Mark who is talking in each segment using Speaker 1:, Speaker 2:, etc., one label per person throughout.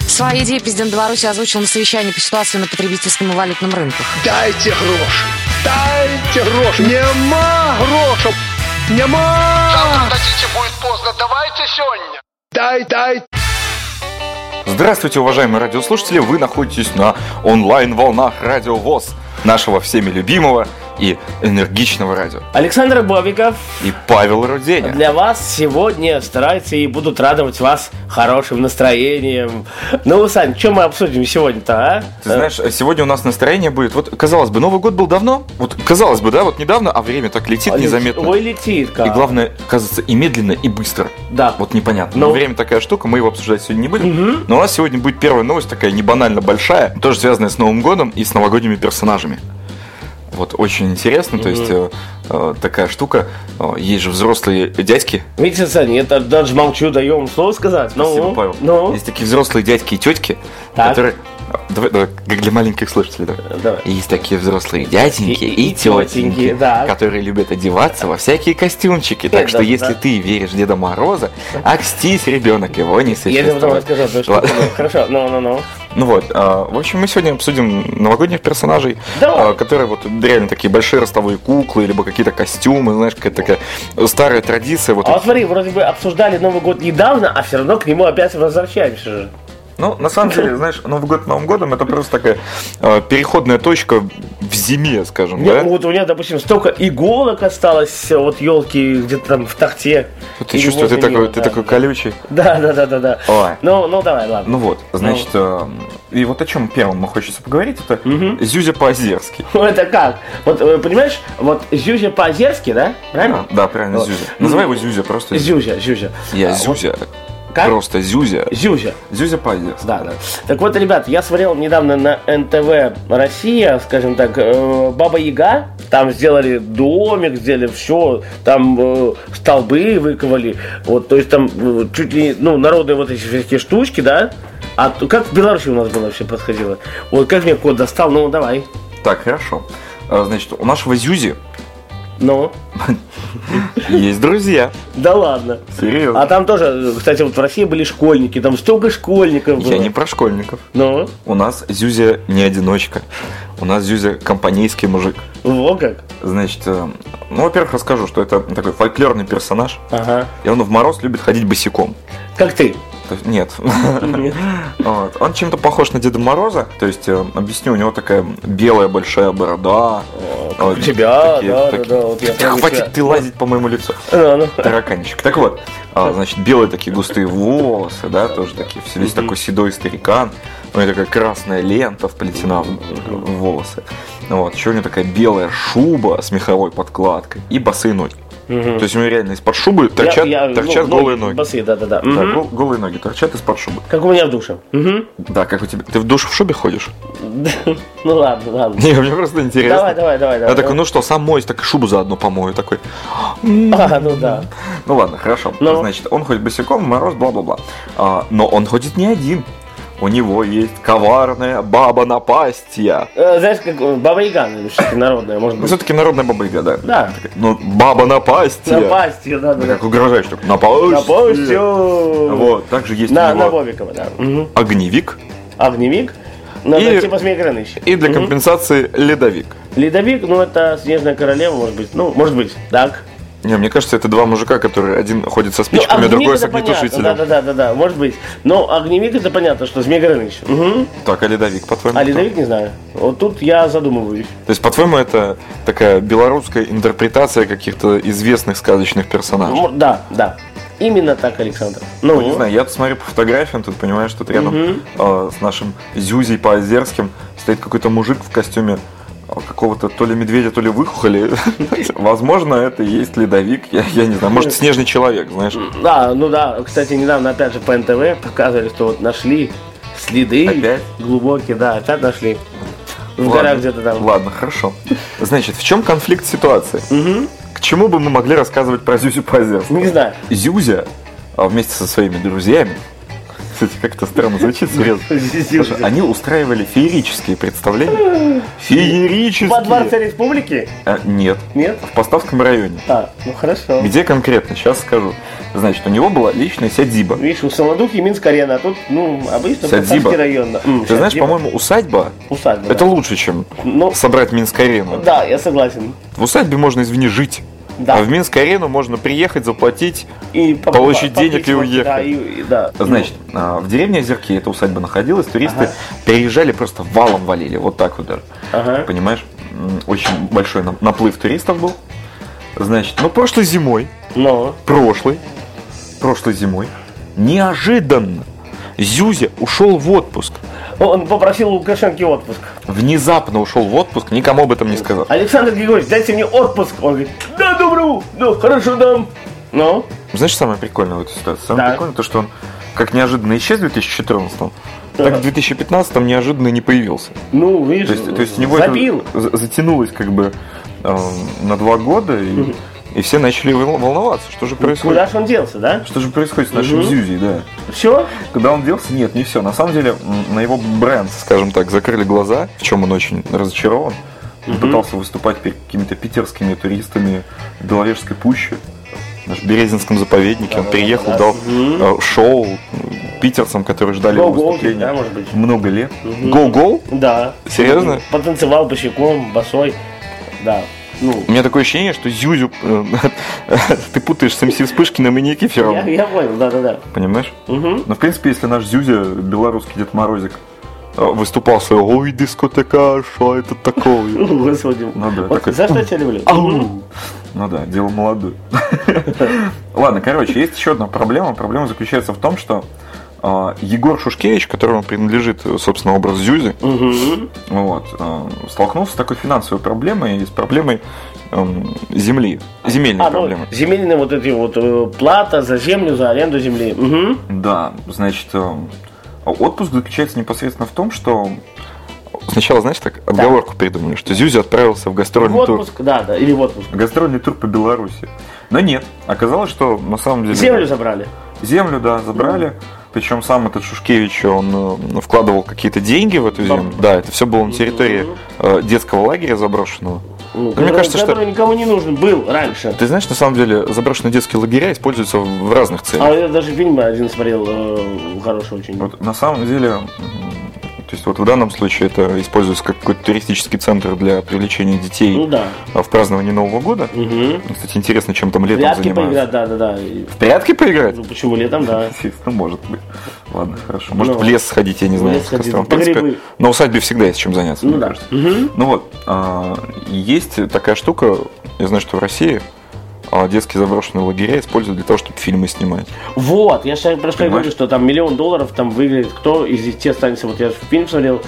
Speaker 1: Свои идеи президент Беларуси озвучил на совещании по ситуации на потребительском и валютном рынке.
Speaker 2: Дайте гроші! Дайте гроші! Нема грошей! Нема!
Speaker 3: Дадите будет поздно, давайте сегодня.
Speaker 2: Дай, дай!
Speaker 4: Здравствуйте, уважаемые радиослушатели! Вы находитесь на онлайн-волнах Радио ВОЗ, нашего всеми любимого и энергичного радио.
Speaker 5: Александр Бобиков
Speaker 4: И Павел Руденя.
Speaker 5: для вас сегодня стараются и будут радовать вас хорошим настроением. Ну, Сань, что мы обсудим сегодня-то, а?
Speaker 4: Ты знаешь, сегодня у нас настроение будет... Вот, казалось бы, Новый год был давно. Вот, казалось бы, да, вот недавно, а время так летит
Speaker 5: Э,
Speaker 4: незаметно.
Speaker 5: Ой, летит как.
Speaker 4: И главное, кажется, и медленно, и быстро.
Speaker 5: Да.
Speaker 4: Вот непонятно.
Speaker 5: Ну.
Speaker 4: Но время такая штука, мы его обсуждать сегодня не будем. Но у нас сегодня будет первая новость, такая не банально большая, тоже связанная с Новым годом и с новогодними персонажами. Вот, очень интересно, то есть э, э, такая штука. Э, есть же взрослые дядьки.
Speaker 5: Видите, Сань, я даже- даже молчу, даю вам слово сказать.
Speaker 4: Спасибо,
Speaker 5: ну,
Speaker 4: Павел.
Speaker 5: Ну,
Speaker 4: Есть такие взрослые дядьки и тетки,
Speaker 5: Так.
Speaker 4: которые. э, Давай, давай, как для маленьких слушателей, давай.
Speaker 5: Ну, давай.
Speaker 4: Есть такие взрослые дяденьки
Speaker 5: И- и
Speaker 4: и,
Speaker 5: тетеньки,
Speaker 4: тетеньки,
Speaker 5: да.
Speaker 4: которые любят одеваться во всякие костюмчики. Так
Speaker 5: Э,
Speaker 4: что
Speaker 5: да,
Speaker 4: если
Speaker 5: да.
Speaker 4: ты веришь Деда Мороза, акстись, ребенок, его не
Speaker 5: Я тебе потом
Speaker 4: существует.
Speaker 5: расскажу, одну штуку.
Speaker 4: Ладно.
Speaker 5: Ну, Хорошо, ну-ну-ну.
Speaker 4: Ну вот, а, в общем, мы сегодня обсудим новогодних персонажей,
Speaker 5: Давай.
Speaker 4: а, которые вот реально такие большие ростовые куклы, либо какие-то костюмы, знаешь, какая-то такая старая традиция. Вот.
Speaker 5: А вот смотри, вроде бы обсуждали Новый год недавно, а все равно к нему опять возвращаемся же.
Speaker 4: Ну, на самом деле, знаешь, Новый год Новым годом это просто такая а, переходная точка в зиме, скажем,
Speaker 5: Мне-
Speaker 4: да?
Speaker 5: ну, Вот у меня, допустим, столько иголок осталось э, от елки где-то там в тахте.
Speaker 4: Ты
Speaker 5: Или
Speaker 4: чувствуешь, ты
Speaker 5: возле
Speaker 4: такой,
Speaker 5: неё,
Speaker 4: ты
Speaker 5: да.
Speaker 4: такой колючий.
Speaker 5: Да, да, да, да, да.
Speaker 4: Ой.
Speaker 5: Ну, ну давай, ладно.
Speaker 4: Ну вот, значит, э, и вот о чем первому хочется поговорить, это Зюзя по-азерски.
Speaker 5: Ну это как? Вот э, понимаешь, вот Зюзя по-азерски, да? Правильно?
Speaker 4: Да, правильно,
Speaker 5: Вот.
Speaker 4: Зюзя. Называй его Зюзя, просто
Speaker 5: Зюзя, Зюзя.
Speaker 4: Я
Speaker 5: А, вот
Speaker 4: Зюзя.
Speaker 5: Как?
Speaker 4: Просто Зюзя.
Speaker 5: Зюзя.
Speaker 4: Зюзя по-азерски.
Speaker 5: Да, да. Так вот, ребят, я смотрел недавно на НТВ Россия, скажем так, э, Баба Яга. Там сделали домик, сделали все, там э, столбы выковали. Вот, то есть там э, чуть ли, ну, народные вот эти всякие штучки, да? А то- как в Беларуси у нас было вообще происходило? Вот как мне код достал, ну давай.
Speaker 4: Так, хорошо. А, Значит, у нашего Зюзи
Speaker 5: Ну,
Speaker 4: есть друзья.
Speaker 5: да ладно.
Speaker 4: Серьезно.
Speaker 5: А там тоже, э, кстати, вот в России были школьники, там столько школьников было.
Speaker 4: Я не про школьников.
Speaker 5: Ну,
Speaker 4: У нас Зюзя не одиночка. У нас Зюзя компанейский мужик.
Speaker 5: во как.
Speaker 4: Значит, э, ну, во-первых, расскажу, что это такой фольклорный персонаж.
Speaker 5: Ага.
Speaker 4: И он в мороз любит ходить босиком.
Speaker 5: Как ты? Ну,
Speaker 4: То есть- Нет. Вот. Он чем-то похож на Деда Мороза. То есть, э, объясню, у него такая белая большая борода.
Speaker 5: Как
Speaker 4: Вот,
Speaker 5: у тебя,
Speaker 4: такие-
Speaker 5: да, да,
Speaker 4: такие-
Speaker 5: да, вот я
Speaker 4: Да
Speaker 5: помню тебя.
Speaker 4: Хватит ты лазить по моему лицу.
Speaker 5: Ну, ну.
Speaker 4: Тараканчик. Так вот, а, значит, белые такие густые волосы, да, тоже такие, все- весь такой седой старикан. У него такая красная лента вплетена в в волосы. Вот, еще у него такая белая шуба с меховой подкладкой и босые ноги. То есть у него реально из-под шубы торчат,
Speaker 5: Я- я,
Speaker 4: торчат
Speaker 5: ну,
Speaker 4: голые ноги. ну.
Speaker 5: босые, да-да-да.
Speaker 4: Да,
Speaker 5: Мгм.
Speaker 4: гол- голые ноги торчат из-под шубы.
Speaker 5: Как у меня в душе. Мгм.
Speaker 4: Да, как у тебя. Ты в душ в шубе ходишь?
Speaker 5: Ну ладно, ладно.
Speaker 4: Не, мне просто интересно.
Speaker 5: Давай, давай, давай.
Speaker 4: Я
Speaker 5: давай.
Speaker 4: такой, ну что, сам моюсь, так и шубу заодно помою. Такой,
Speaker 5: А, ну да.
Speaker 4: Ну ладно, хорошо.
Speaker 5: Ну.
Speaker 4: Значит, он ходит босиком, в мороз, бла-бла-бла. А, но он ходит не один. У него есть коварная баба напастья.
Speaker 5: Э, Знаешь, как э, Баба Яга, ну, всё-таки народная, может
Speaker 4: Ну,
Speaker 5: быть.
Speaker 4: все-таки народная баба Яга, да.
Speaker 5: Да.
Speaker 4: Ну, баба напастья.
Speaker 5: Напасть, да,
Speaker 4: Ну,
Speaker 5: да.
Speaker 4: Как угрожаешь, так, напастья.
Speaker 5: Напасть.
Speaker 4: Вот, также есть
Speaker 5: На,
Speaker 4: у
Speaker 5: на
Speaker 4: него
Speaker 5: Бобикова, да. Мгм.
Speaker 4: огневик
Speaker 5: Огневик. Ну,
Speaker 4: И-
Speaker 5: это типа Змей Горыныч.
Speaker 4: и для компенсации ледовик.
Speaker 5: Ледовик, ну, это Снежная Королева, может быть. Ну, может быть, так.
Speaker 4: Не, мне кажется, это два мужика, которые один ходит со
Speaker 5: Ну,
Speaker 4: спичками, а
Speaker 5: огневик
Speaker 4: другой с
Speaker 5: это понятно,
Speaker 4: огнетушителем.
Speaker 5: да, да, да, да, да, может быть. Но огневик это понятно, что Змей Горыныч. Мгм.
Speaker 4: Так, а ледовик, по-твоему?
Speaker 5: А
Speaker 4: кто?
Speaker 5: ледовик не знаю. Вот тут я задумываюсь.
Speaker 4: То есть, по-твоему, это такая белорусская интерпретация каких-то известных сказочных персонажей?
Speaker 5: М, Да, да. Именно так, Александр. Ну,
Speaker 4: Ну, не знаю, я тут смотрю по фотографиям, тут понимаю, что тут рядом э, с нашим Зюзей по Озерским стоит какой-то мужик в костюме э, какого-то то ли медведя, то ли выхухоли. Возможно, это и есть ледовик, я, я не знаю, может, снежный человек, знаешь.
Speaker 5: Да, ну да. Кстати, недавно опять же по НТВ показывали, что вот нашли следы
Speaker 4: Опять?
Speaker 5: глубокие, да, опять нашли. В
Speaker 4: Ладно.
Speaker 5: горах где-то там.
Speaker 4: Ладно, хорошо. Значит, в чем конфликт ситуации? К чему бы мы могли Ну, рассказывать про Зюзю по Озерским?
Speaker 5: Не знаю.
Speaker 4: Зюзя а, вместе со своими друзьями Кстати, как-то странно звучит серьезно. Слушай, а Они устраивали феерические представления.
Speaker 5: По дворце
Speaker 4: Феерические.
Speaker 5: республики?
Speaker 4: А, Нет.
Speaker 5: Нет?
Speaker 4: В Поставском районе.
Speaker 5: А, ну хорошо.
Speaker 4: Где конкретно? Сейчас скажу. Значит, у него была личная сядиба.
Speaker 5: Видишь, у Солодухи Минск-арена, а тут, ну, обычно
Speaker 4: Садзиба.
Speaker 5: Посадский район. М,
Speaker 4: Ты знаешь,
Speaker 5: Садзиба.
Speaker 4: по-моему, усадьба
Speaker 5: Усадьба, да.
Speaker 4: это лучше, чем
Speaker 5: Ну,
Speaker 4: собрать Минск-арену.
Speaker 5: да, я согласен.
Speaker 4: В усадьбе можно извне жить.
Speaker 5: Да.
Speaker 4: А в Минск-арену можно приехать, заплатить.
Speaker 5: И по-
Speaker 4: Получить
Speaker 5: по-
Speaker 4: денег и
Speaker 5: попрыгивать,
Speaker 4: уехать.
Speaker 5: Да, и- и- да.
Speaker 4: Значит, а, в деревне Озерки эта усадьба находилась, туристы переезжали, просто валом валили, вот так вот даже.
Speaker 5: Ага.
Speaker 4: Понимаешь? М, Очень большой на- наплыв туристов был. Значит, ну прошлой зимой,
Speaker 5: Ну,
Speaker 4: прошлой, прошлой зимой, неожиданно Зюзя ушел в отпуск.
Speaker 5: ну, он попросил у Лукашенко отпуск.
Speaker 4: Внезапно ушел в отпуск, никому об этом не сказал.
Speaker 5: Александр Григорьевич, дайте мне отпуск. Он говорит, да, добру, ну, хорошо дам. Ну,
Speaker 4: Знаешь, самое прикольное в этой ситуации? Самое
Speaker 5: Да.
Speaker 4: прикольное то, что он как неожиданно исчез в 2014
Speaker 5: Да.
Speaker 4: так в 2015 неожиданно и не появился.
Speaker 5: ну, видишь,
Speaker 4: То есть, то есть у него это
Speaker 5: забил.
Speaker 4: за- затянулось как бы э, на два года, и, и все начали вол- волноваться, что же происходит.
Speaker 5: Ну, Куда же он делся, да?
Speaker 4: Что же происходит с нашим
Speaker 5: Мгм.
Speaker 4: Зюзей, да?
Speaker 5: Все?
Speaker 4: Куда он делся? Нет, не все. На самом деле, м, на его бренд, скажем так, закрыли глаза, в чем он очень разочарован. Он пытался выступать перед какими-то питерскими туристами в Беловежской пуще, в Березинском заповеднике. Он приехал, дал э, шоу м, питерцам, которые ждали его
Speaker 5: Go-go,
Speaker 4: выступления
Speaker 5: да, может быть?
Speaker 4: много лет. Go-go?
Speaker 5: Да.
Speaker 4: Серьезно?
Speaker 5: Потанцевал босиком, босой. Да. Ну,
Speaker 4: У меня такое ощущение, что Зюзю э, ты путаешь с МС Вспышкиным и
Speaker 5: я,
Speaker 4: Никиферовым.
Speaker 5: я понял, да-да-да.
Speaker 4: Понимаешь?
Speaker 5: Мгм.
Speaker 4: Но в принципе, если наш Зюзя, белорусский Дед Морозик, э, выступал с «Ой, дискотека, что это такое?»
Speaker 5: Ну, Господи.
Speaker 4: Ну да,
Speaker 5: Вот
Speaker 4: такой,
Speaker 5: за что я тебя люблю?
Speaker 4: «Ау!» Ну да, дело молодое. Ладно, короче, есть еще одна проблема. Проблема заключается в том, что э, Егор Шушкевич, которому принадлежит, э, собственно, образ Зюзи,
Speaker 5: Мгм.
Speaker 4: вот, э, столкнулся с такой финансовой проблемой и с проблемой эм, земли, земельной
Speaker 5: А,
Speaker 4: проблемой.
Speaker 5: ну, земельные вот эти вот э, плата за землю, за аренду земли. Мгм.
Speaker 4: Да, значит, э, отпуск заключается непосредственно в том, что сначала, знаешь, так отговорку придумали, что Зюзи отправился в
Speaker 5: В
Speaker 4: гастрольный тур.
Speaker 5: отпуск, да, да, или в отпуск.
Speaker 4: Гастрольный тур по Беларуси. Но нет, оказалось, что на самом деле...
Speaker 5: Землю забрали.
Speaker 4: Землю, да, забрали. Причем сам этот Шушкевич, он э, вкладывал какие-то деньги в эту
Speaker 5: Да.
Speaker 4: землю. Да, это все было на территории э, детского лагеря заброшенного.
Speaker 5: Ну,
Speaker 4: мне
Speaker 5: который-
Speaker 4: кажется, что-
Speaker 5: который никому не нужен был раньше.
Speaker 4: Ты знаешь, на самом деле заброшенные детские лагеря используются в в разных целях.
Speaker 5: А я даже фильм один смотрел, э, хороший очень.
Speaker 4: Вот на самом деле, м, то есть вот в данном случае это используется как какой-то туристический центр для привлечения детей
Speaker 5: Ну да.
Speaker 4: а, в праздновании Нового года. Ну,
Speaker 5: Угу.
Speaker 4: Кстати, интересно, чем там летом
Speaker 5: Прятки
Speaker 4: занимаются.
Speaker 5: поиграть, да, да, да. И-
Speaker 4: В прятки поиграть?
Speaker 5: Ну почему летом, да.
Speaker 4: Ну, может быть. Ладно, хорошо. Может,
Speaker 5: Ну,
Speaker 4: в лес сходить, я не
Speaker 5: в
Speaker 4: знаю,
Speaker 5: лес
Speaker 4: с
Speaker 5: сходить,
Speaker 4: костром. В
Speaker 5: по
Speaker 4: принципе,
Speaker 5: грибы.
Speaker 4: на усадьбе всегда есть чем заняться,
Speaker 5: Ну
Speaker 4: мне
Speaker 5: да.
Speaker 4: кажется.
Speaker 5: Мгм.
Speaker 4: Ну вот, а, есть такая штука, я знаю, что в России а, детские заброшенные лагеря используют для того, чтобы фильмы снимать.
Speaker 5: Вот, я же про что и
Speaker 4: Понимаешь?
Speaker 5: говорю, что там миллион долларов там выиграет кто из детей останется. Вот я же фильм смотрел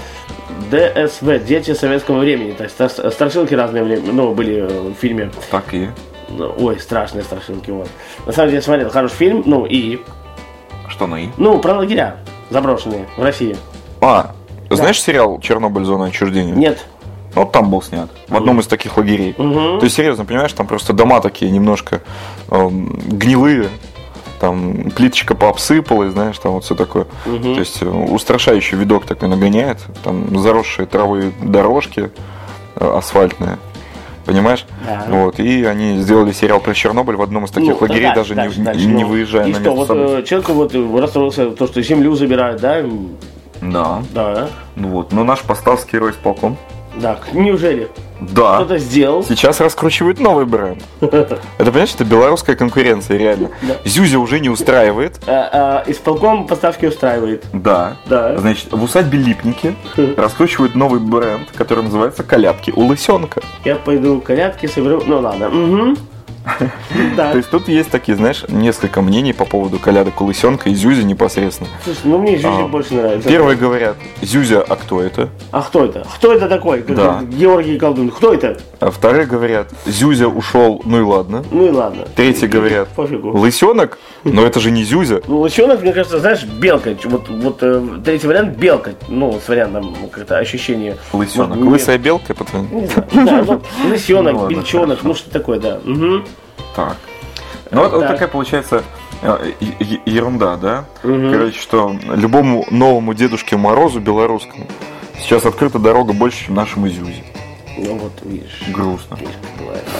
Speaker 5: ДСВ, дети советского времени. То есть стар- страшилки разные время, ну, были э, в фильме.
Speaker 4: Так и...
Speaker 5: Ой, страшные страшилки, вот. На самом деле я смотрел хороший фильм, ну и.
Speaker 4: Что, ну и?
Speaker 5: Ну, про лагеря заброшенные в России.
Speaker 4: А, знаешь сериал «Чернобыль. Зона отчуждения»?
Speaker 5: Нет.
Speaker 4: Ну, Вот там был снят. В одном из таких лагерей.
Speaker 5: Мгм.
Speaker 4: То есть, серьезно, понимаешь, там просто дома такие немножко эм, гнилые. Там плиточка пообсыпалась, знаешь, там вот все такое. То есть э, устрашающий видок такой нагоняет. Там заросшие травы дорожки э, асфальтные. Понимаешь?
Speaker 5: Да.
Speaker 4: Вот. И они сделали сериал про Чернобыль в одном из таких
Speaker 5: Ну,
Speaker 4: лагерей,
Speaker 5: да,
Speaker 4: даже не,
Speaker 5: дальше, дальше,
Speaker 4: не
Speaker 5: ну.
Speaker 4: выезжая
Speaker 5: И
Speaker 4: на
Speaker 5: что,
Speaker 4: место
Speaker 5: вот
Speaker 4: события.
Speaker 5: э, человеку вот э, расстроился то, что землю забирают, да? М,
Speaker 4: Да.
Speaker 5: Да,
Speaker 4: Ну вот. Но наш поставский райисполком.
Speaker 5: да. Неужели
Speaker 4: Да.
Speaker 5: кто-то сделал?
Speaker 4: Сейчас раскручивают новый бренд. Это, понимаешь, это белорусская конкуренция, реально. Зюзя уже не устраивает.
Speaker 5: А, а, Исполком поставки устраивает.
Speaker 4: Да.
Speaker 5: Да.
Speaker 4: Значит, в усадьбе Липники раскручивают новый бренд, который называется «Колядки у лысенка».
Speaker 5: Я пойду колядки соберу. Ну ладно. Угу. Да.
Speaker 4: То есть тут есть такие, знаешь, несколько мнений по поводу колядок у лысенка и Зюзи непосредственно.
Speaker 5: Слушай, ну мне
Speaker 4: А,
Speaker 5: Жюзи больше нравится.
Speaker 4: Первые говорят, Зюзя, а кто это?
Speaker 5: А кто это? Кто это такой?
Speaker 4: Да.
Speaker 5: Георгий Колдун. Кто это?
Speaker 4: А вторые говорят, Зюзя ушел, ну и ладно.
Speaker 5: Ну и ладно.
Speaker 4: Третьи говорят,
Speaker 5: Пофигу.
Speaker 4: лысенок, но это же не Зюзя.
Speaker 5: Ну, Лосенок, мне кажется, знаешь, белка. Ч- Вот, вот э, третий вариант белка. Ну, с вариантом ну, как-то ощущение.
Speaker 4: Лысенок.
Speaker 5: Вот мне-
Speaker 4: Лысая белка, по-твоему?
Speaker 5: Не знаю. Да, вот
Speaker 4: Ну
Speaker 5: лысенок,
Speaker 4: ладно,
Speaker 5: бельчонок, ну что такое, да. Мгм.
Speaker 4: Так. Ну вот, вот
Speaker 5: Так.
Speaker 4: такая получается э, е- ерунда, да? Короче, что любому новому Дедушке Морозу белорусскому сейчас открыта дорога больше, чем нашему Зюзе.
Speaker 5: Ну вот, видишь.
Speaker 4: Грустно.
Speaker 5: видишь, как бывает, да.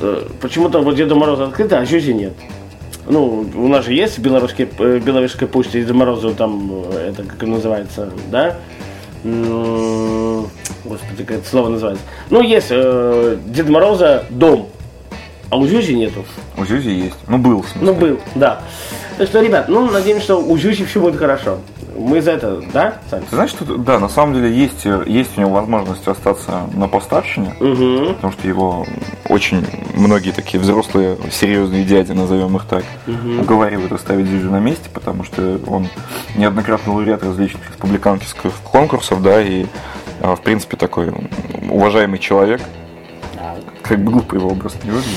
Speaker 5: Э, Почему-то вот Деда Мороза открыто, а Зюзи нет. Ну, у нас же есть белорусские, э, белорусская почта Деда Мороза, там, э, это как он называется, да? М, Господи, как это слово называется. Ну, есть э, Деда Мороза дом, а у Зюзи нету.
Speaker 4: У Зюзи есть. Ну, был, в смысле.
Speaker 5: Ну, был, да. Так что, ребят, ну, надеемся, что у Зюзи все будет хорошо. Мы за это, да, Сань?
Speaker 4: Ты знаешь, что тут- да, на самом деле есть, э, есть у него возможность остаться на постарщине, потому что его очень многие такие взрослые, серьезные дяди, назовем их так, уговаривают оставить Зюзю на месте, потому что он неоднократный лауреат различных республиканских конкурсов, да, и э, в принципе такой м, уважаемый человек. Как бы глупо его образ не выглядел.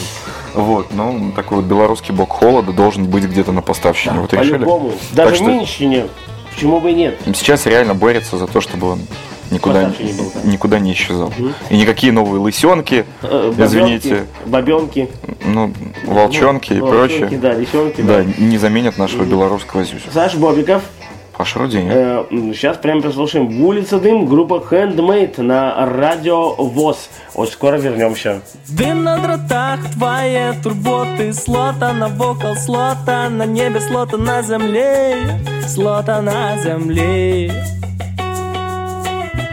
Speaker 4: Вот, но такой вот белорусский бок холода должен быть где-то на поставщине. вот решили.
Speaker 5: По-любому.
Speaker 4: Так
Speaker 5: Даже
Speaker 4: что-
Speaker 5: в Минщине, почему бы и нет?
Speaker 4: сейчас реально борется за то, чтобы он никуда,
Speaker 5: Постарше не был, да.
Speaker 4: никуда не исчезал. И никакие новые лысенки,
Speaker 5: Э,
Speaker 4: извините,
Speaker 5: Бабенки.
Speaker 4: ну, волчонки и прочее.
Speaker 5: Да, лисенки,
Speaker 4: Да,
Speaker 5: Ну, да.
Speaker 4: не заменят нашего белорусского зюзю.
Speaker 5: Саш Бобиков.
Speaker 4: Паша
Speaker 5: Э,
Speaker 4: Руденя.
Speaker 5: Сейчас прям прослушаем. Улица Дым, группа Handmade на радио ВОЗ. Очень скоро вернемся.
Speaker 6: Дым на дротах, твои турботы Слота на вокал, слота на небе Слота на земле, слота на земле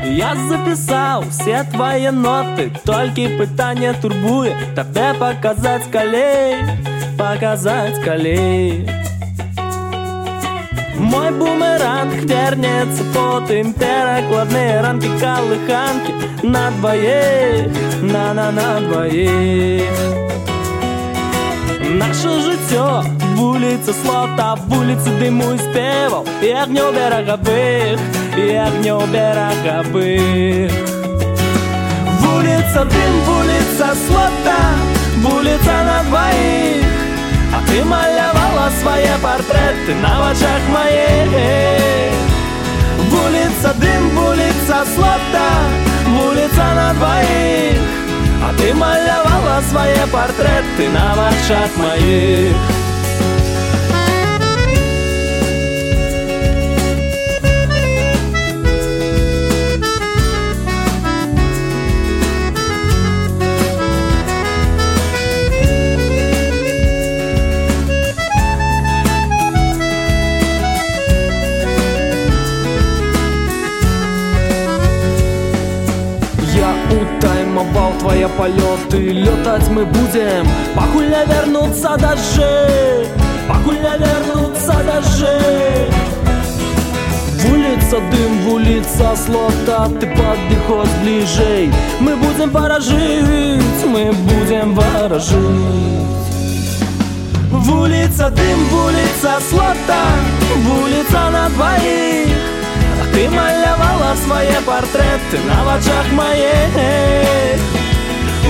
Speaker 6: Я записал все твои ноты Толькі пытание турбуе Тебе показать колей, показать колей мой бумеранг вернется потым Перекладные ранки колыханки На двоих, на-на-на двоих Наше життя вулиця слота, вулиці диму і співав, і огню берегових, і огню берегових. Вулиця дим, вулиця слота, вулиця на двоїх, а ти малювала свої портрети на очах моїх. Вулиця дим, вулиця слота, вулиця на двоих, а ти малювала свої портрети на очах моїх. Я утаймовал твои полеты Летать мы будем Покуль не вернутся даже Покуль не вернутся даже Вулица дым, вулица слота Ты подходь ближе Мы будем ворожить Мы будем ворожить Вулица дым, вулица слота Вулица на двоих А ты малявала свои портреты На очах моих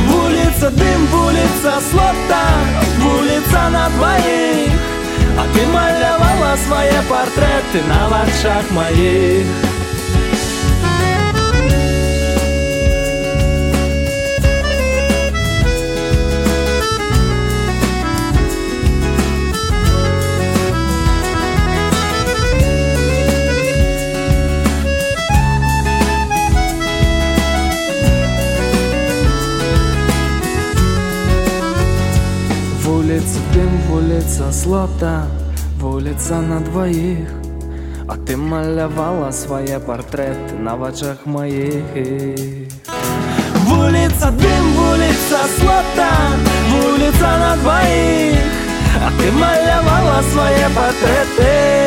Speaker 6: Вулица дым, вулица слота Вулица на двоих А ты малявала свои портреты На очах моих Вулица дым, вулица слота, вулица на двоих А ти малявала своє портрети на очах моїх Вулиця дим, вулиця слота, вулиця на двоїх А ти малявала своє портрети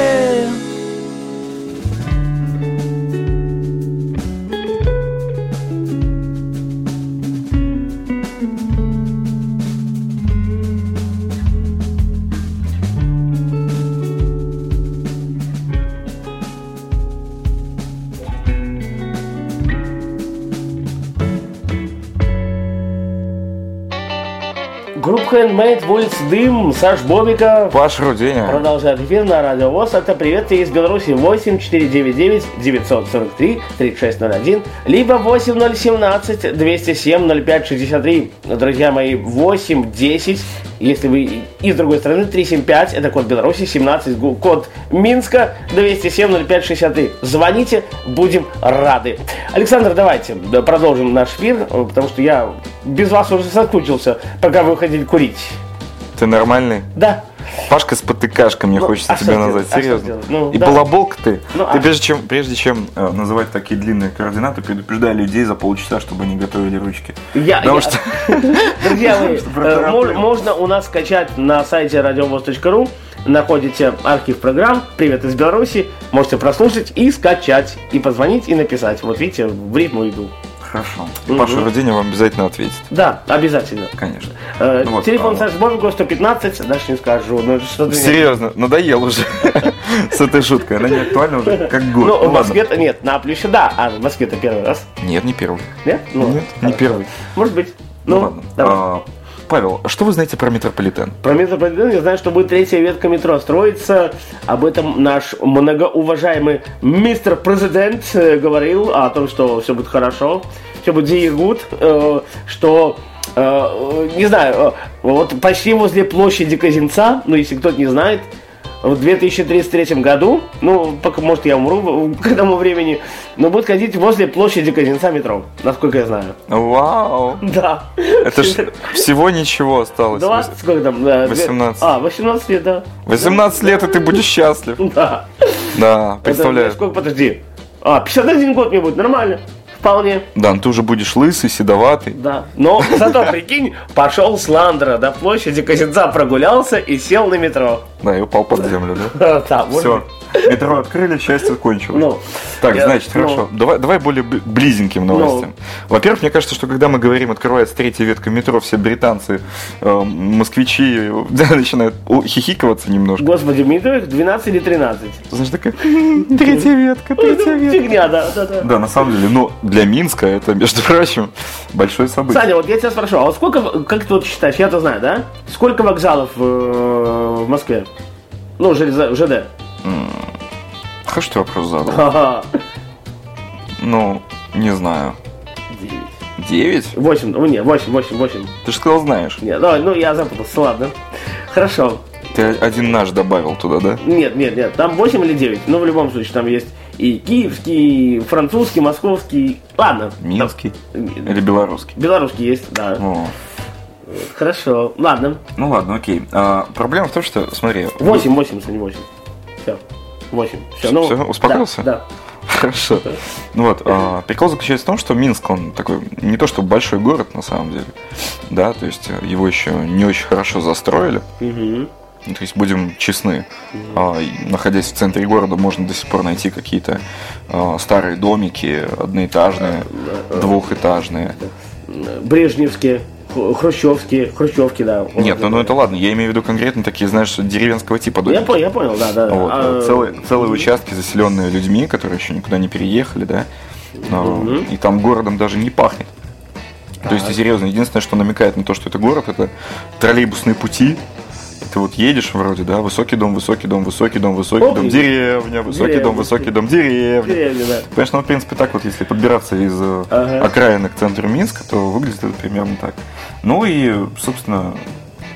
Speaker 5: Группа Handmade, Улица Дым, Саш Бобиков.
Speaker 4: Паша Руденя.
Speaker 5: Продолжает эфир на Радио ВОЗ. Это «Привет из Беларуси» 8 499 943 3601, либо 8017 207 0563. Друзья мои, 8 10 если вы из другой страны, 375, это код Беларуси, 17, гу- код Минска, 207 05 63. Звоните, будем рады. Александр, давайте да, продолжим наш эфир, э, потому что я без вас уже соскучился, пока вы уходили курить.
Speaker 4: Ты нормальный?
Speaker 5: Да,
Speaker 4: Пашка с потыкашкой, мне
Speaker 5: Ну,
Speaker 4: хочется
Speaker 5: а что
Speaker 4: тебя
Speaker 5: делать?
Speaker 4: назвать.
Speaker 5: А что
Speaker 4: Серьезно.
Speaker 5: делать? Ну,
Speaker 4: и
Speaker 5: да.
Speaker 4: балаболк ты.
Speaker 5: Ну,
Speaker 4: ты
Speaker 5: а-
Speaker 4: прежде чем, прежде чем э, называть такие длинные координаты, предупреждай людей за полчаса, чтобы они готовили ручки.
Speaker 5: Я-
Speaker 4: Потому
Speaker 5: я-
Speaker 4: что
Speaker 5: Друзья мои,
Speaker 4: Что
Speaker 5: э, мож-
Speaker 4: протараторил.
Speaker 5: можно у нас скачать на сайте radiovoz.ru, находите архив программ «Привет из Беларуси», можете прослушать и скачать, и позвонить, и написать. Вот видите, в ритму иду.
Speaker 4: Хорошо.
Speaker 5: Мгм.
Speaker 4: Паша Рудиня вам обязательно ответит.
Speaker 5: Да, обязательно.
Speaker 4: Конечно.
Speaker 5: Э,
Speaker 4: Ну вот,
Speaker 5: Телефон
Speaker 4: а,
Speaker 5: Саши Бобикова 115, дальше не скажу. Ну, что ты-
Speaker 4: Серьезно, надоел уже с этой шуткой. Она не актуальна уже как год.
Speaker 5: Ну, в
Speaker 4: ладно.
Speaker 5: Москве-то нет, на Плюсе да, а в Москве-то первый раз.
Speaker 4: Нет, не первый.
Speaker 5: Нет? Ну,
Speaker 4: Нет, не
Speaker 5: хорошо.
Speaker 4: первый.
Speaker 5: Может быть.
Speaker 4: Ну,
Speaker 5: Ну,
Speaker 4: ладно.
Speaker 5: давай.
Speaker 4: А, Павел, что вы знаете про метрополитен?
Speaker 5: Про метрополитен я знаю, что будет третья ветка метро строится. Об этом наш многоуважаемый мистер президент э, говорил, о том, что все будет хорошо, все будет диегут, что э, э, не знаю, э, вот почти возле площади Казинца, ну если кто-то не знает, в 2033 году, ну, пока, может, я умру к этому времени, но будет ходить возле площади Казинца метро, насколько я знаю.
Speaker 4: Вау!
Speaker 5: Да.
Speaker 4: Это ж всего ничего осталось.
Speaker 5: 20, сколько там? э, две-
Speaker 4: 18.
Speaker 5: А, 18 лет, да.
Speaker 4: 18 лет, и ты будешь счастлив.
Speaker 5: Да.
Speaker 4: Да,
Speaker 5: Это
Speaker 4: представляю.
Speaker 5: мне сколько, подожди. А, 51 год мне будет, нормально. Вполне,
Speaker 4: Да, ну ты уже будешь лысый, седоватый.
Speaker 5: да. Но зато, прикинь, пошел с Ландера до площади Казинца прогулялся и сел на метро.
Speaker 4: Да, и упал под землю, да?
Speaker 5: Да, может
Speaker 4: Все.
Speaker 5: быть.
Speaker 4: Метро открыли, счастье кончилось.
Speaker 5: Ну,
Speaker 4: так,
Speaker 5: я-
Speaker 4: значит,
Speaker 5: ну.
Speaker 4: хорошо. Давай, давай более б- близеньким новостям. Во-первых, мне кажется, что когда мы говорим, открывается третья ветка метро, все британцы, э, москвичи э, да, начинают у- хихиковаться немножко.
Speaker 5: Господи, мне то их 12 или 13.
Speaker 4: Знаешь, такая, «Хм, третья ветка, третья ветка.
Speaker 5: Фигня, да, да, да.
Speaker 4: Да, на самом деле, ну, для Минска это, между прочим, большое событие.
Speaker 5: Саня, вот я тебя спрошу, а вот сколько, как ты вот считаешь, я-то знаю, да? Сколько вокзалов э, в Москве? Ну, железо- ЖД.
Speaker 4: Хорошо, что вопрос задал.
Speaker 5: Ха-ха.
Speaker 4: Ну, не знаю. Девять?
Speaker 5: Восемь, ну не, восемь, восемь, восемь.
Speaker 4: Ты же сказал, знаешь.
Speaker 5: Нет, ну, ну я запутался, ладно. Хорошо.
Speaker 4: Ты один наш добавил туда, да?
Speaker 5: Нет, нет, нет, там 8 или 9, но в любом случае там есть и киевский, и французский, московский, ладно.
Speaker 4: Минский
Speaker 5: Там, э,
Speaker 4: или белорусский?
Speaker 5: Белорусский есть, да.
Speaker 4: О,
Speaker 5: Хорошо, ладно.
Speaker 4: ну ладно, окей. А, проблема в том, что, смотри,
Speaker 5: 8, 8, не 8. Все. 8. Все, ну,
Speaker 4: Всё, успокоился?
Speaker 5: Да,
Speaker 4: Хорошо. Ну вот, а, прикол заключается в том, что Минск, он такой, не то чтобы большой город на самом деле, да, то есть э, его еще не очень хорошо застроили,
Speaker 5: да. Мгм.
Speaker 4: Ну, то есть будем честны, а, и находясь в центре города, можно до сих пор найти какие-то а, старые домики, одноэтажные, двухэтажные.
Speaker 5: Э, Брежневские, хру- хрущевские, хрущевки, да. вот
Speaker 4: Нет, ну, ну это ладно, я имею в виду конкретно такие, знаешь, деревенского типа
Speaker 5: Я
Speaker 4: домики.
Speaker 5: понял, я понял, да, да.
Speaker 4: Вот,
Speaker 5: А,
Speaker 4: э, целые, целые участки, заселенные людьми, которые еще никуда не переехали, да. Но, И там городом даже не пахнет. То есть, серьезно, единственное, что намекает на то, что это город, это троллейбусные пути. И Ты вот едешь вроде, да, высокий дом, высокий дом, высокий дом, высокий
Speaker 5: Оп,
Speaker 4: дом,
Speaker 5: и-
Speaker 4: деревня, высокий дом,
Speaker 5: деревня.
Speaker 4: высокий дом, деревня.
Speaker 5: деревня, да.
Speaker 4: Конечно, ну, в принципе, так вот, если подбираться из э,
Speaker 5: Ага.
Speaker 4: окраины к центру Минска, то выглядит это примерно так. Ну и, собственно,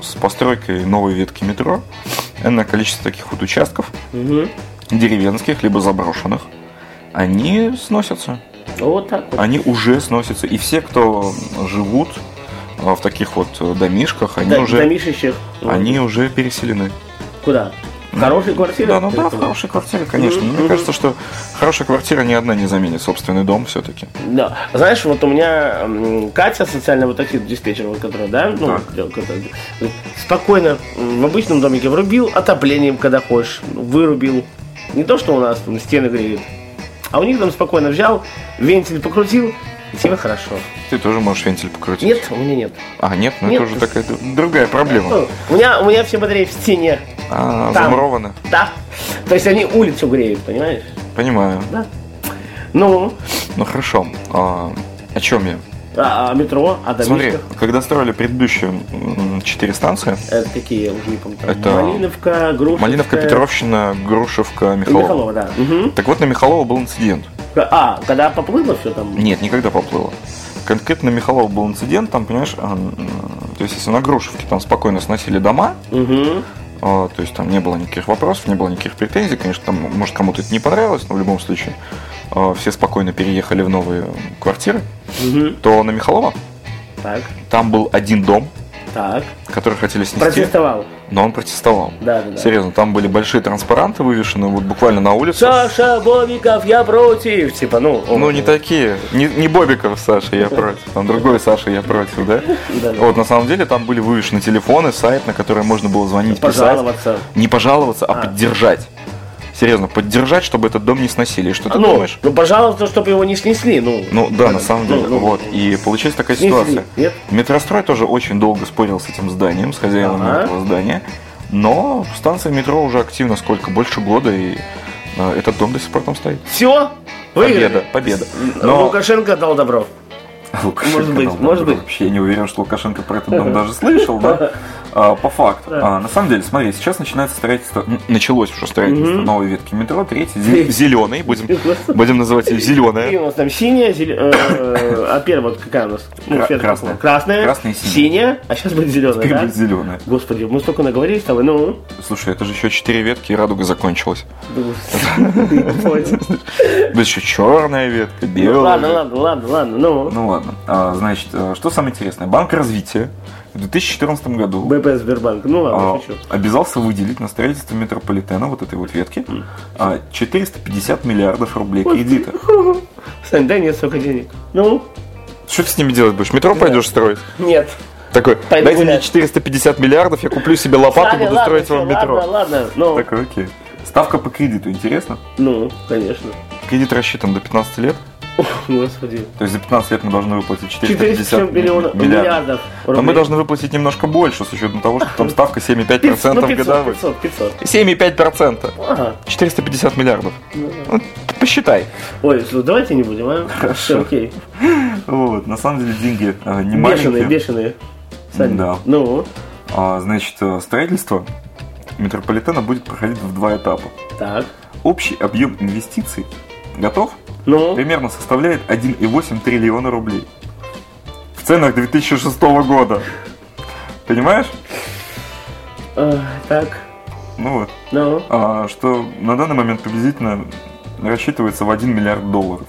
Speaker 4: с постройкой новой ветки метро, на количество таких вот участков,
Speaker 5: Мгм.
Speaker 4: деревенских, либо заброшенных, они сносятся.
Speaker 5: Вот так вот.
Speaker 4: Они уже сносятся. И все, кто живут э, в таких вот э, домишках, они
Speaker 5: Да,
Speaker 4: уже,
Speaker 5: домишищих.
Speaker 4: они уже переселены.
Speaker 5: Куда? В хорошие квартиры?
Speaker 4: Да, ну да, в
Speaker 5: Поэтому.
Speaker 4: хорошей квартире, конечно. Но Мне кажется, что хорошая квартира ни одна не заменит собственный дом все-таки.
Speaker 5: Да. Знаешь, вот у меня м, Катя, социального такси диспетчер, вот которая, да, ну,
Speaker 4: Так.
Speaker 5: дел- которая, э, спокойно м, в обычном домике врубил отоплением, когда хочешь, вырубил. Не то, что у нас там стены греют, а у них там спокойно взял, вентиль покрутил, и тебе хорошо.
Speaker 4: Ты тоже можешь вентиль покрутить.
Speaker 5: Нет, у меня нет.
Speaker 4: А, нет, ну
Speaker 5: Нет.
Speaker 4: это уже такая д- другая проблема.
Speaker 5: Ну, У меня, у меня все батареи в стене.
Speaker 4: А,
Speaker 5: Там.
Speaker 4: замуровано.
Speaker 5: Да. То есть они улицу греют, понимаешь?
Speaker 4: Понимаю.
Speaker 5: Ну,
Speaker 4: Ну хорошо. А, о чем я?
Speaker 5: а, а метро, а
Speaker 4: Смотри,
Speaker 5: домишка.
Speaker 4: когда строили предыдущие м, четыре станции,
Speaker 5: Это какие, я уже не помню. там
Speaker 4: Это
Speaker 5: Малиновка, Грушевская.
Speaker 4: Малиновка, Петровщина, Грушевка, Михалова.
Speaker 5: Э, Михалова, да. Мгм.
Speaker 4: Так вот, на Михалова был инцидент.
Speaker 5: А, когда поплыло все там?
Speaker 4: Нет, никогда поплыло. конкретно Михалов был инцидент, там, понимаешь, а, м, то есть если на Грушевке там спокойно сносили дома, а, то есть там не было никаких вопросов, не было никаких претензий, конечно, там, может, кому-то это не понравилось, но в любом случае а, все спокойно переехали в новые квартиры, то на Михалова
Speaker 5: Так,
Speaker 4: там был один дом,
Speaker 5: так.
Speaker 4: который хотели снести,
Speaker 5: Протестовал.
Speaker 4: но он протестовал.
Speaker 5: Да, да, да.
Speaker 4: Серьезно, там были большие транспаранты вывешены, вот буквально на улице.
Speaker 5: Саша Бобиков, я против. Типа, ну, он-
Speaker 4: Ну, не такие. Не, не Бобиков Саша, я против. Там другой Саша, я против, да?
Speaker 5: Да.
Speaker 4: Вот, на самом деле, там были вывешены телефоны, сайт, на который можно было звонить, писать.
Speaker 5: пожаловаться.
Speaker 4: Не пожаловаться, а, поддержать. Серьезно, поддержать, чтобы этот дом не сносили. И Что ты
Speaker 5: ну,
Speaker 4: А думаешь?
Speaker 5: ну, пожалуйста, чтобы его не снесли. Ну,
Speaker 4: Ну да, на самом деле,
Speaker 5: Ну, ну.
Speaker 4: вот. И получилась такая
Speaker 5: Снесли,
Speaker 4: ситуация.
Speaker 5: нет?
Speaker 4: Метрострой тоже очень долго спорил с этим зданием, с хозяином
Speaker 5: Ага.
Speaker 4: этого здания. Но станция метро уже активно сколько? Больше года, и э, этот дом до сих пор там стоит.
Speaker 5: все, выиграли.
Speaker 4: Победа, победа.
Speaker 5: Лукашенко дал добро.
Speaker 4: Лукашенко
Speaker 5: Может быть,
Speaker 4: дал
Speaker 5: может
Speaker 4: добро.
Speaker 5: быть.
Speaker 4: Вообще я не уверен, что Лукашенко про этот дом даже слышал, да? А, По факту. А, На самом деле, смотри, сейчас начинается строительство, м, началось уже строительство новой ветки метро, третьей, зе- зеленой, будем, будем называть ее
Speaker 5: И
Speaker 4: зеленая.
Speaker 5: у нас там синяя, зелё- э, а первая вот какая у нас? Ну,
Speaker 4: Кра-
Speaker 5: цвет
Speaker 4: красная.
Speaker 5: какого? Красная,
Speaker 4: Красная и синяя.
Speaker 5: синяя, а сейчас будет зеленая,
Speaker 4: Теперь
Speaker 5: да?
Speaker 4: будет зеленая.
Speaker 5: Господи, мы столько наговорились с тобой, ну,
Speaker 4: Слушай, это же еще четыре ветки, и радуга закончилась.
Speaker 5: понял.
Speaker 4: Да еще черная ветка,
Speaker 5: Ну,
Speaker 4: белая.
Speaker 5: Ладно, ладно, ладно, ладно, ну,
Speaker 4: Ну ладно. А, Значит, а, что самое интересное? Банк развития в 2014 году
Speaker 5: БП Сбербанк, ну
Speaker 4: а,
Speaker 5: ладно, шучу.
Speaker 4: обязался выделить на строительство метрополитена вот этой вот ветки а, 450 миллиардов рублей кредита.
Speaker 5: Сань, дай мне столько денег. Ну,
Speaker 4: Что ты с ними делать будешь? Метро пойдешь строить?
Speaker 5: нет.
Speaker 4: Такой,
Speaker 5: Пойду
Speaker 4: дайте мне
Speaker 5: гулять.
Speaker 4: 450 миллиардов, я куплю себе лопату,
Speaker 5: Саня,
Speaker 4: буду
Speaker 5: ладно,
Speaker 4: строить
Speaker 5: всё,
Speaker 4: вам метро.
Speaker 5: Ладно, ладно, ну,
Speaker 4: Такой, окей. Ставка по кредиту, интересно?
Speaker 5: ну, конечно.
Speaker 4: Кредит рассчитан до 15 лет.
Speaker 5: Господи.
Speaker 4: То есть за 15 лет мы должны выплатить
Speaker 5: 400
Speaker 4: 450
Speaker 5: миллионов миллиардов рублей.
Speaker 4: Но А мы должны выплатить немножко больше, с учетом того, что там ставка 7,5%
Speaker 5: ну, 500,
Speaker 4: годовых.
Speaker 5: 500, 500.
Speaker 4: 7,5%.
Speaker 5: Ага.
Speaker 4: 450 миллиардов. Ну, посчитай.
Speaker 5: Ой, слушай, давайте не будем, а? Хорошо. окей.
Speaker 4: Вот, на самом деле деньги э, не
Speaker 5: Бешеные,
Speaker 4: маленькие.
Speaker 5: бешеные. Сань,
Speaker 4: Да.
Speaker 5: Ну,
Speaker 4: А, Значит, э, строительство метрополитена будет проходить в два этапа.
Speaker 5: так.
Speaker 4: Общий объем инвестиций готов?
Speaker 5: Ну,
Speaker 4: Примерно составляет 1,8 триллиона рублей. В ценах 2006 года. Понимаешь?
Speaker 5: э, так.
Speaker 4: Ну вот.
Speaker 5: Ну,
Speaker 4: А, что на данный момент приблизительно рассчитывается в 1 миллиард долларов.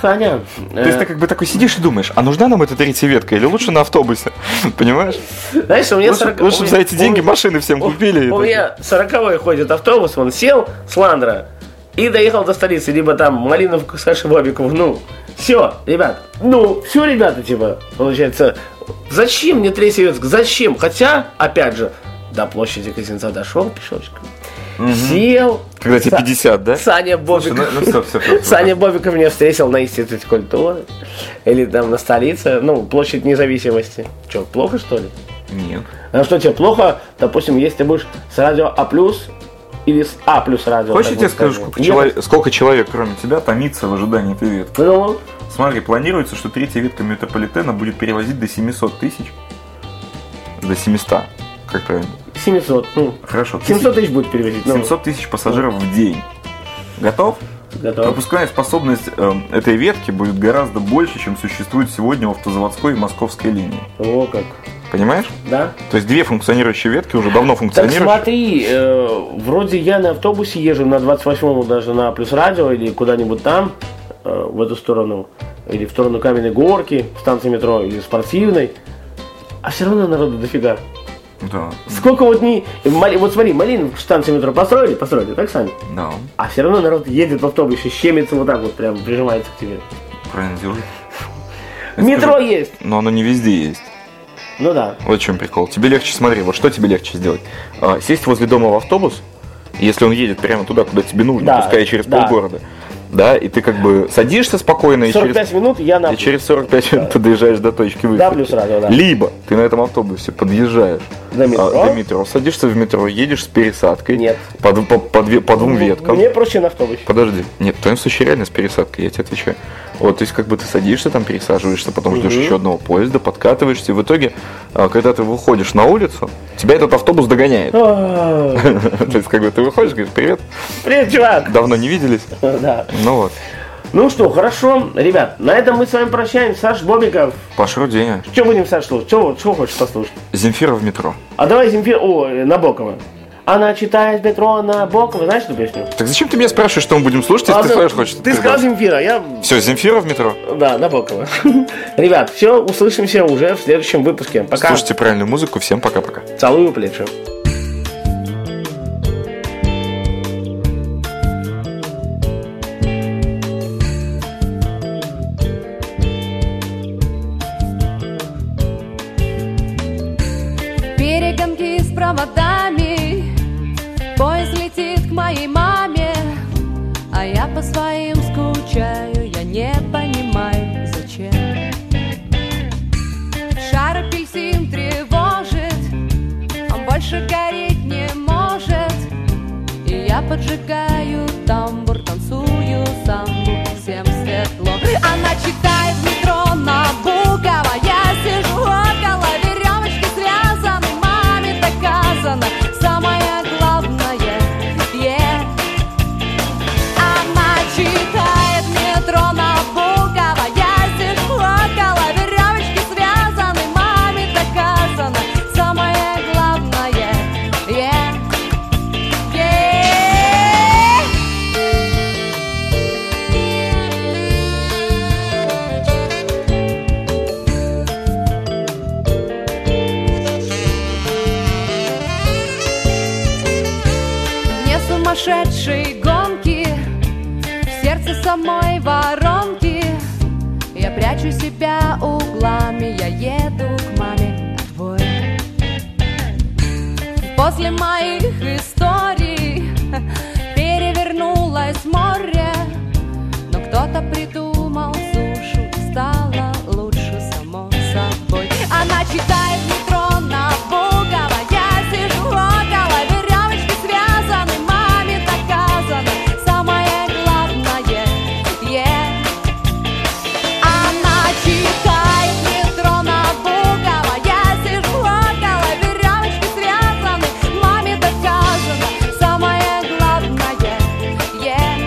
Speaker 5: Саня.
Speaker 4: То есть
Speaker 5: э,
Speaker 4: ты как бы такой сидишь и думаешь, а нужна нам эта третья ветка или лучше на автобусе? Понимаешь?
Speaker 5: э, Знаешь, у меня
Speaker 4: Лучше
Speaker 5: 40
Speaker 4: лучше
Speaker 5: у
Speaker 4: бы
Speaker 5: меня-
Speaker 4: за эти
Speaker 5: у
Speaker 4: деньги
Speaker 5: меня-
Speaker 4: машины всем купили. и
Speaker 5: У
Speaker 4: такие.
Speaker 5: меня сороковой ходит автобус, он сел с Ландра и доехал до столицы, либо там Малиновку, Саша Бобикову, ну, все, ребят, ну, все, ребята, типа, получается, зачем мне третий ветск, зачем, хотя, опять же, до площади Казинца дошел пешочком, сел,
Speaker 4: Когда тебе
Speaker 5: Са-
Speaker 4: 50, да?
Speaker 5: Саня
Speaker 4: Ну,
Speaker 5: Бобиков,
Speaker 4: ну все, все, все.
Speaker 5: Саня Бобиков меня встретил на институте культуры, или там на столице, ну, площадь независимости, что, плохо, что ли?
Speaker 4: Нет.
Speaker 5: А что тебе плохо, допустим, если ты будешь с радио А плюс или с А плюс радио?
Speaker 4: Хочешь,
Speaker 5: так
Speaker 4: я тебе
Speaker 5: вот
Speaker 4: скажу,
Speaker 5: скажем?
Speaker 4: сколько, человек, сколько человек, кроме тебя, томится в ожидании этой ветки?
Speaker 5: Ну,
Speaker 4: Смотри, планируется, что третья ветка метрополитена будет перевозить до 700 тысяч. До 700, как правильно.
Speaker 5: 700, ну,
Speaker 4: Хорошо. тысяч.
Speaker 5: 700 тысяч будет переводить. ну,
Speaker 4: 700 тысяч пассажиров в день. Готов?
Speaker 5: готов.
Speaker 4: Пропускная способность эм, этой ветки будет гораздо больше, чем существует сегодня в автозаводской и московской линии.
Speaker 5: О, как,
Speaker 4: Понимаешь?
Speaker 5: да?
Speaker 4: То есть две функционирующие ветки уже давно
Speaker 5: Так
Speaker 4: функционируют.
Speaker 5: смотри, э, вроде я на автобусе езжу на 28-му даже на А плюс радио или куда-нибудь там, э, в эту сторону, или в сторону каменной горки, в станции метро или спортивной, а все равно народу дофига.
Speaker 4: Да,
Speaker 5: Сколько вот не... Вот смотри, Малиновку станцию метро построили, построили, так, Саня?
Speaker 4: да,
Speaker 5: А все равно народ едет в автобусе, щемится вот так вот, прям прижимается к тебе.
Speaker 4: правильно делаешь.
Speaker 5: Метро есть!
Speaker 4: Но оно не везде есть.
Speaker 5: Ну да.
Speaker 4: Вот в чем прикол. Тебе легче, смотри, вот что тебе легче сделать? А, сесть возле дома в автобус, если он едет прямо туда, куда тебе нужно,
Speaker 5: Да,
Speaker 4: пускай через
Speaker 5: да.
Speaker 4: полгорода. Да, и ты как бы садишься спокойно и
Speaker 5: 45
Speaker 4: через...
Speaker 5: минут я на...
Speaker 4: И через 45 минут ты доезжаешь до точки выхода.
Speaker 5: Да, плюс радио, да.
Speaker 4: Либо ты на этом автобусе подъезжаешь
Speaker 5: До метро?
Speaker 4: а, до метро, садишься в метро, едешь с пересадкой.
Speaker 5: Нет. Ну,
Speaker 4: По, дв- по- по две- по двум веткам.
Speaker 5: Мне проще на автобусе.
Speaker 4: Подожди, нет, в твоем случае реально с пересадкой, я тебе отвечаю. Вот, то есть как бы ты садишься там, пересаживаешься, потом ждешь еще одного поезда, подкатываешься, и в итоге, а, когда ты выходишь на улицу, тебя этот автобус догоняет.
Speaker 5: А,
Speaker 4: То есть как бы ты выходишь, говоришь, привет,
Speaker 5: Привет, чувак!
Speaker 4: давно не виделись,
Speaker 5: Да.
Speaker 4: ну вот.
Speaker 5: Ну что, хорошо, ребят, на этом мы с вами прощаемся. Саш Бобиков,
Speaker 4: Паша Руденя.
Speaker 5: что будем, Саш, слушать? Что, вот, что хочешь послушать?
Speaker 4: а, Земфира в метро.
Speaker 5: А давай Земфир... О, э, Набокова. Она читает метро Набокова. Знаешь эту песню?
Speaker 4: Так зачем ты меня спрашиваешь, что мы будем слушать, если ты
Speaker 5: Ладно,
Speaker 4: знаешь, хочешь?
Speaker 5: Ты сказал Земфира, я...
Speaker 4: Все, Земфира в метро.
Speaker 5: Да, Набокова. Ребят, все, услышимся уже в следующем выпуске. Пока.
Speaker 4: Слушайте правильную музыку. Всем пока-пока.
Speaker 5: Целую плечи.
Speaker 7: Перегонки с проводами Поезд летит к моей маме А я по своим скучаю Я не понимаю, зачем Шар апельсин тревожит Он больше гореть не может И я поджигаю тамбур Танцую самбу Всем светло Она читает в метро Набокова Я сижу около веревочки связаны Маме доказано Самое главное yeah. Она читает метро Набокова Я сижу около веревочки связаны Маме доказано Самое главное yeah. Yeah. Мне сумасшедшие гонки В сердце самой воронки Я прячу себя углами Я еду к маме отбой После моих историй Перевернулось море Но кто-то придумал сушу и Стало лучше само собой Она читает метро на Бугова Я сижу около веревочки связаны Маме доказано Самое главное yeah. Она читает метро Набокова Я сижу около веревочки связаны Маме доказано Самое главное yeah.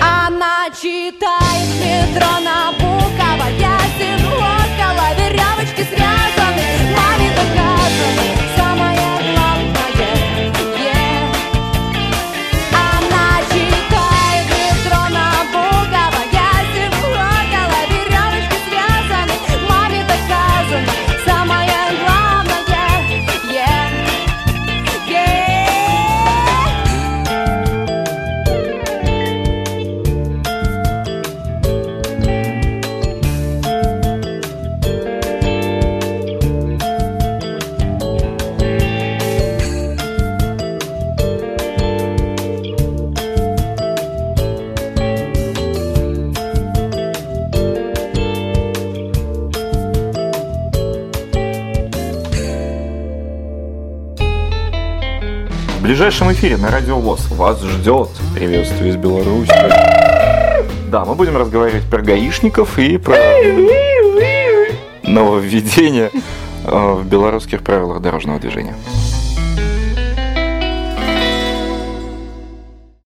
Speaker 7: Она читает метро Набокова Я сижу около веревочки связаны Маме доказано Самое главное yeah. Она читает метро Набокова Я сижу около веревочки связаны Маме доказано Самое главное yeah, yeah.
Speaker 4: В ближайшем эфире на Радио ВОЗ вас ждет приветствие из Беларуси. Да, мы будем разговаривать про гаишников и про нововведения э, в белорусских правилах дорожного движения.